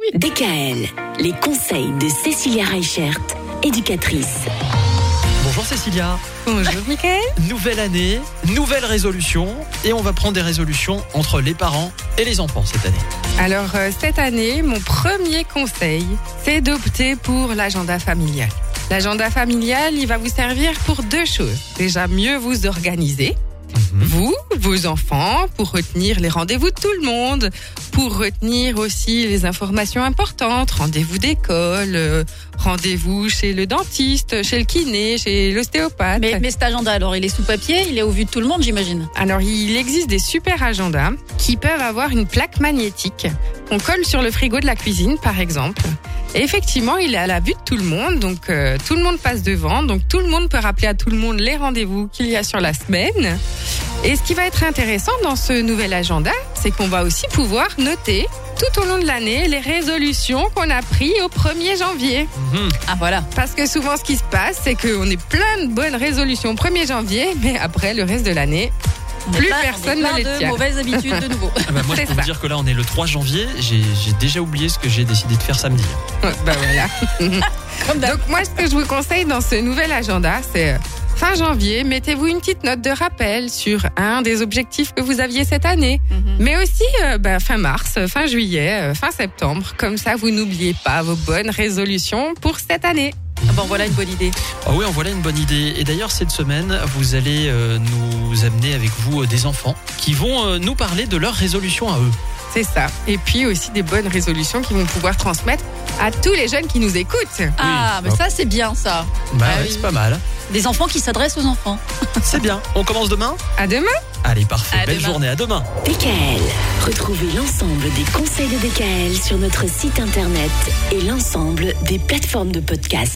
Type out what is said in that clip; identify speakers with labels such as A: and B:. A: oui.
B: DKL, les conseils de Cécilia Reichert, éducatrice.
C: Bonjour Cécilia,
A: Bonjour Mickaël.
C: nouvelle année, nouvelle résolution, et on va prendre des résolutions entre les parents et les enfants cette année.
A: Alors euh, cette année, mon premier conseil, c'est d'opter pour l'agenda familial. L'agenda familial, il va vous servir pour deux choses. Déjà, mieux vous organiser.
C: Mhm.
A: Vous, vos enfants, pour retenir les rendez-vous de tout le monde, pour retenir aussi les informations importantes, rendez-vous d'école, euh, rendez-vous chez le dentiste, chez le kiné, chez l'ostéopathe.
D: Mais, mais cet agenda, alors, il est sous papier, il est au vu de tout le monde, j'imagine.
A: Alors, il existe des super agendas qui peuvent avoir une plaque magnétique qu'on colle sur le frigo de la cuisine, par exemple. Et effectivement, il est à la vue de tout le monde, donc euh, tout le monde passe devant, donc tout le monde peut rappeler à tout le monde les rendez-vous qu'il y a sur la semaine. Et ce qui va être intéressant dans ce nouvel agenda, c'est qu'on va aussi pouvoir noter tout au long de l'année les résolutions qu'on a prises au 1er janvier.
C: Mhm.
D: Ah, voilà.
A: Parce que souvent, ce qui se passe, c'est qu'on est plein de bonnes résolutions au 1er janvier, mais après, le reste de l'année,
D: On est
A: Plus
D: plein- on est
A: personne
D: plein
A: ne les
D: de
A: tient.
D: mauvaises habitudes de nouveau.
C: Ah bah moi je
A: C'est
C: peux vous
A: ça.
C: dire que là on est le 3 janvier, j'ai j'ai déjà oublié ce que j'ai décidé de faire samedi.
A: Ouais, bah voilà.
D: Comme d'hab.
A: Donc moi, ce que je vous conseille dans ce nouvel agenda, c'est euh, fin janvier, mettez-vous une petite note de rappel sur un des objectifs que vous aviez cette année,
D: Mhm.
A: mais aussi euh, bah, fin mars, euh, fin juillet, euh, fin septembre. Comme ça, vous n'oubliez pas vos bonnes résolutions pour cette année.
D: Ah, Bon, voilà une bonne idée.
C: Ah oui, en voilà une bonne idée. Et d'ailleurs cette semaine, vous allez euh, nous amener avec vous euh, des enfants qui vont euh, nous parler de leurs résolutions à eux.
A: C'est ça. Et puis aussi des bonnes résolutions qui vont pouvoir transmettre à tous les jeunes qui nous écoutent.
D: Ah, mais
C: Hop.
D: ça, c'est bien, ça.
C: Bah
D: Ah
C: ouais,
D: oui.
C: c'est pas mal.
D: Des enfants qui s'adressent aux enfants.
C: C'est bien. On commence demain
A: À demain.
C: Allez, parfait.
D: À
C: Belle
D: demain.
C: journée, à demain.
B: DKL, retrouvez l'ensemble des conseils de DKL sur notre site internet et l'ensemble des plateformes de podcast.